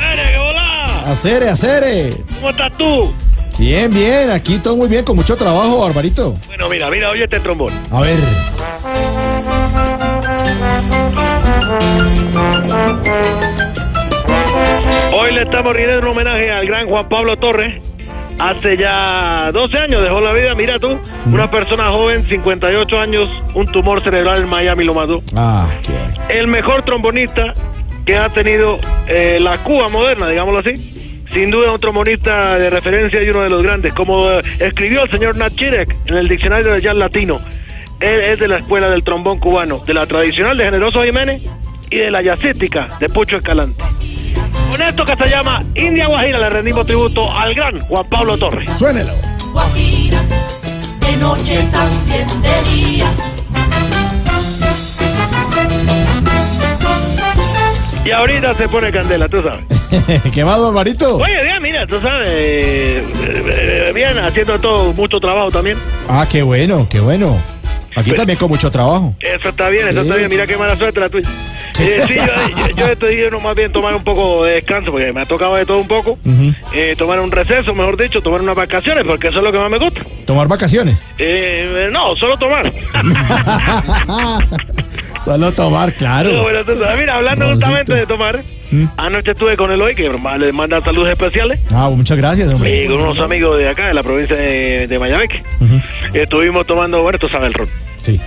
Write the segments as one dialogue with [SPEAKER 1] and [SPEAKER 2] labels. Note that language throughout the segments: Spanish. [SPEAKER 1] ¡Ere, hola!
[SPEAKER 2] Acere, acere.
[SPEAKER 1] ¿Cómo estás tú?
[SPEAKER 2] Bien, bien. Aquí todo muy bien, con mucho trabajo, Barbarito.
[SPEAKER 1] Bueno, mira, mira, oye este trombón.
[SPEAKER 2] A ver.
[SPEAKER 1] Hoy le estamos rindiendo un homenaje al gran Juan Pablo Torres. Hace ya 12 años dejó la vida, mira tú. Una persona joven, 58 años, un tumor cerebral en Miami lo mató.
[SPEAKER 2] Ah, qué.
[SPEAKER 1] El mejor trombonista que ha tenido eh, la Cuba moderna, digámoslo así. Sin duda un trombonista de referencia y uno de los grandes. Como eh, escribió el señor Nat Chirek en el diccionario de jazz latino. Él es de la escuela del trombón cubano, de la tradicional de Generoso Jiménez y de la jazzística de Pucho Escalante. Con esto que se llama India Guajira le rendimos tributo al gran Juan Pablo Torres.
[SPEAKER 2] Suénelo.
[SPEAKER 3] Guajira, de noche también de día.
[SPEAKER 1] Y ahorita se pone candela, tú sabes.
[SPEAKER 2] ¿Qué más, Barbarito?
[SPEAKER 1] Oye, bien, mira, tú sabes, eh, eh, bien, haciendo todo, mucho trabajo también.
[SPEAKER 2] Ah, qué bueno, qué bueno. Aquí también con mucho trabajo.
[SPEAKER 1] Eso está bien, eso
[SPEAKER 2] Sí.
[SPEAKER 1] está bien. Mira qué mala suerte la tuya. Eh, sí, yo, yo, yo estoy yendo más bien tomar un poco de descanso, porque me ha tocado de todo un poco.
[SPEAKER 2] Ujú.
[SPEAKER 1] Eh, tomar un receso, mejor dicho, tomar unas vacaciones, porque eso es lo que más me gusta.
[SPEAKER 2] Tomar vacaciones.
[SPEAKER 1] Eh, eh, no, solo tomar.
[SPEAKER 2] Solo tomar,
[SPEAKER 1] Pero
[SPEAKER 2] claro.
[SPEAKER 1] bueno, tú sabes, mira, hablando
[SPEAKER 2] Roncito.
[SPEAKER 1] justamente de tomar,
[SPEAKER 2] Mm.
[SPEAKER 1] anoche estuve con Eloy, que hermano, le manda saludos especiales,
[SPEAKER 2] Ah, muchas gracias,
[SPEAKER 1] y
[SPEAKER 2] hombre.
[SPEAKER 1] con unos amigos de acá, de la provincia de, de Mayabeque.
[SPEAKER 2] Ujú.
[SPEAKER 1] Estuvimos tomando, bueno, tú sabes el ron.
[SPEAKER 2] Sí.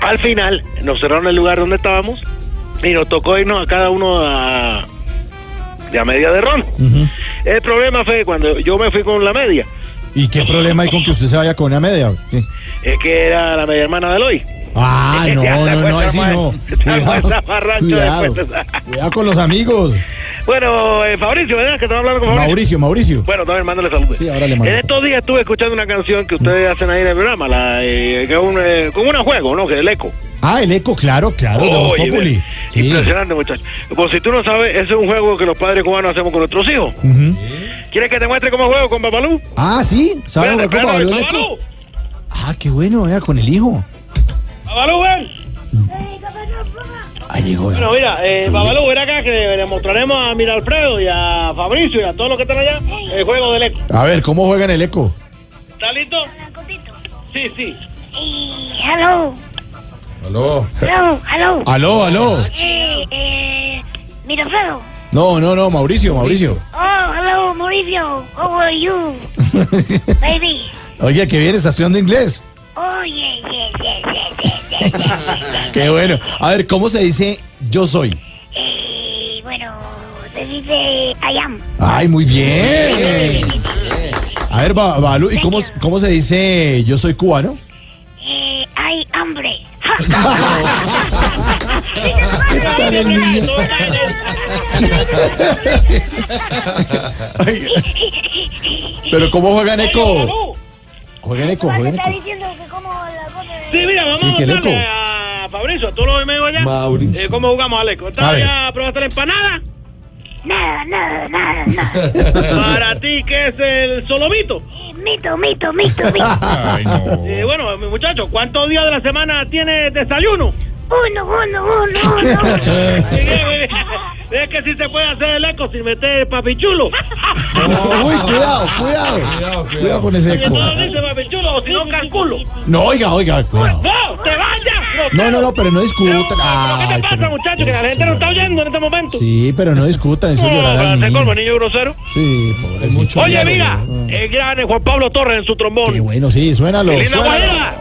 [SPEAKER 1] Al final nos cerraron el lugar donde estábamos y nos tocó irnos a cada uno a, de a media de ron.
[SPEAKER 2] Ujú.
[SPEAKER 1] El problema fue cuando yo me fui con la media,
[SPEAKER 2] ¿Y qué problema hay con que usted se vaya con una media? ¿Qué?
[SPEAKER 1] es que era la media hermana de Eloy.
[SPEAKER 2] Ah, no,
[SPEAKER 1] Ya te
[SPEAKER 2] no, no,
[SPEAKER 1] acuerdas,
[SPEAKER 2] así no.
[SPEAKER 1] Juan. Te acuerdas,
[SPEAKER 2] Cuidado,
[SPEAKER 1] Barrancho,
[SPEAKER 2] cuidado,
[SPEAKER 1] después.
[SPEAKER 2] Cuidado con los amigos.
[SPEAKER 1] Bueno, eh, Fabricio, ¿verdad? Que estaba hablando con Fabricio.
[SPEAKER 2] Mauricio, Mauricio.
[SPEAKER 1] Bueno, también mándale saludos.
[SPEAKER 2] Sí, ahora le mando.
[SPEAKER 1] En estos días estuve escuchando una canción que ustedes hacen ahí en el programa, la, eh, que es un, eh, como un juego, ¿no? Que es el eco.
[SPEAKER 2] Ah, el eco, claro, claro, de los
[SPEAKER 1] Oye,
[SPEAKER 2] Populi.
[SPEAKER 1] ve,
[SPEAKER 2] Sí.
[SPEAKER 1] Impresionante, muchachos. Por si tú no sabes, ese es un juego que los padres cubanos hacemos con nuestros hijos.
[SPEAKER 2] Ujú.
[SPEAKER 1] ¿Quieres que te muestre cómo juego con Papalú?
[SPEAKER 2] Ah, sí, ¿sabe
[SPEAKER 1] Espérate,
[SPEAKER 2] jugar con
[SPEAKER 1] espérate,
[SPEAKER 2] Pablo el
[SPEAKER 1] Papalú.
[SPEAKER 2] eco? Ah, qué bueno, vea, con el hijo.
[SPEAKER 1] Babalú, ven.
[SPEAKER 2] Ahí llegó.
[SPEAKER 1] Bueno, mira, eh, Babalú, ven acá que le mostraremos a Miralfredo y a Fabricio y a todos los que están allá el juego del eco.
[SPEAKER 2] A ver, ¿cómo juegan el eco?
[SPEAKER 1] ¿Estás listo? Sí, sí.
[SPEAKER 4] Eh, aló,
[SPEAKER 2] Aló.
[SPEAKER 4] aló, aló.
[SPEAKER 2] Aló, aló.
[SPEAKER 4] Eh, eh, mira, Alfredo.
[SPEAKER 2] No, no, no, Mauricio, Mauricio.
[SPEAKER 4] Oh, hello, Mauricio. How are you, baby?
[SPEAKER 2] Oye, que vienes estudiando inglés.
[SPEAKER 4] Oh, yeah, yeah, yeah, yeah, yeah, yeah, yeah, yeah.
[SPEAKER 2] Qué bueno. A ver, ¿cómo se dice yo soy?
[SPEAKER 4] Eh, bueno, se dice I am.
[SPEAKER 2] Ay, muy bien. A ver, Ba- Babalú, ¿y cómo, cómo se dice yo soy cubano?
[SPEAKER 4] Eh, I hambre.
[SPEAKER 2] ¿Qué tal el niño? Ay, Pero ¿cómo juegan eco? Juegan eco, juegan
[SPEAKER 4] está
[SPEAKER 2] eco.
[SPEAKER 4] diciendo que como la cosa de-
[SPEAKER 1] Sí, mira, vamos
[SPEAKER 2] Sí, que
[SPEAKER 1] a
[SPEAKER 2] el
[SPEAKER 1] mostrarle
[SPEAKER 2] eco.
[SPEAKER 1] a Fabricio, a todos los amigos allá,
[SPEAKER 2] Mauricio.
[SPEAKER 1] eh, cómo jugamos al eco.
[SPEAKER 2] A
[SPEAKER 1] ¿Estás
[SPEAKER 2] ver.
[SPEAKER 1] ya probaste la empanada?
[SPEAKER 4] Nada, nada, nada, nada.
[SPEAKER 1] Para ti, ¿qué es el solomito?
[SPEAKER 4] Eh, Mito, mito, mito, mito.
[SPEAKER 2] Oh.
[SPEAKER 1] Eh, bueno, mi muchacho, ¿cuántos días de la semana tiene desayuno?
[SPEAKER 4] Uno, uno, uno, uno.
[SPEAKER 1] Eh, eh, eh, Es que si se puede hacer el eco sin meter papichulo.
[SPEAKER 2] Uy, cuidado, cuidado. Cuidado con ese eco.
[SPEAKER 1] No dice papichulo o si no calculo.
[SPEAKER 2] No, oiga, oiga, cuidado.
[SPEAKER 1] ¡No! ¡Te vayas!
[SPEAKER 2] No, no, no, pero no discutan.
[SPEAKER 1] ¿Qué
[SPEAKER 2] Ay,
[SPEAKER 1] te pasa,
[SPEAKER 2] pero-
[SPEAKER 1] muchacho? Que la gente no está oyendo en este momento.
[SPEAKER 2] Sí, pero no discutan, eso
[SPEAKER 1] No,
[SPEAKER 2] llorar
[SPEAKER 1] para
[SPEAKER 2] al
[SPEAKER 1] hacer colmo,
[SPEAKER 2] niño.
[SPEAKER 1] niño grosero.
[SPEAKER 2] Sí, pobrecito.
[SPEAKER 1] Oye, mira, el gran Juan Pablo Torres en su
[SPEAKER 2] Qué
[SPEAKER 1] trombón.
[SPEAKER 2] bueno, sí, suénalo,
[SPEAKER 1] ¡Linda
[SPEAKER 2] suénalo.
[SPEAKER 1] Guajira!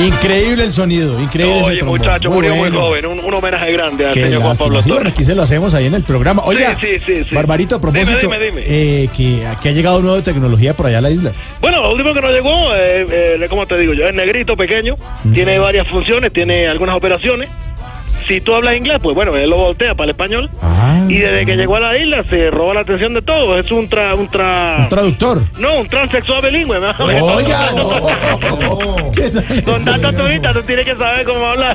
[SPEAKER 2] Increíble el sonido, increíble ese
[SPEAKER 1] Oye,
[SPEAKER 2] trombón.
[SPEAKER 1] muchacho,
[SPEAKER 2] Muy
[SPEAKER 1] murió muy
[SPEAKER 2] bueno.
[SPEAKER 1] joven. Un, un homenaje grande al
[SPEAKER 2] Qué
[SPEAKER 1] señor Juan
[SPEAKER 2] lástima.
[SPEAKER 1] Pablo
[SPEAKER 2] Sí,
[SPEAKER 1] Torres.
[SPEAKER 2] bueno, aquí se lo hacemos ahí en el programa. Oiga,
[SPEAKER 1] sí, sí, sí.
[SPEAKER 2] Barbarito, a propósito,
[SPEAKER 1] Dime, dime, dime.
[SPEAKER 2] eh, que, que ha llegado nueva tecnología por allá a la isla.
[SPEAKER 1] Bueno, lo último que nos llegó, eh, eh, ¿cómo te digo yo? Es negrito, pequeño, tiene varias funciones, tiene algunas operaciones. Si tú hablas inglés, pues bueno, él lo voltea para el español.
[SPEAKER 2] Ah.
[SPEAKER 1] Y desde que llegó a la isla se robó la atención de todos. Es un tra... Un tra...
[SPEAKER 2] Un traductor.
[SPEAKER 1] no, un transexual bilingüe. ¿no?
[SPEAKER 2] Oiga, no. ¿Qué tal
[SPEAKER 1] Con
[SPEAKER 2] eso?
[SPEAKER 1] tanto turista, tú tienes que saber cómo hablar.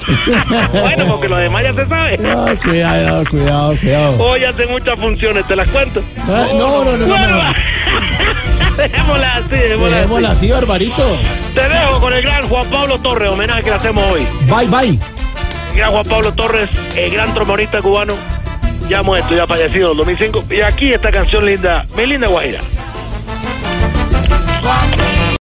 [SPEAKER 1] bueno, porque lo demás ya se sabe.
[SPEAKER 2] Ah, cuidado, cuidado, cuidado.
[SPEAKER 1] Hoy hace muchas funciones, te las cuento.
[SPEAKER 2] Ah, no, no, no, no. no.
[SPEAKER 1] ¡Vuelva! dejémosla así, dejémosla
[SPEAKER 2] Dejémosla
[SPEAKER 1] así.
[SPEAKER 2] así, Barbarito.
[SPEAKER 1] Te dejo con el gran Juan Pablo Torres, homenaje que le hacemos hoy.
[SPEAKER 2] Bye, bye.
[SPEAKER 1] Gran Juan Pablo Torres, el gran trombonista cubano, ya muerto, ya fallecido en 2005. Y aquí esta canción linda, mi linda Guajira.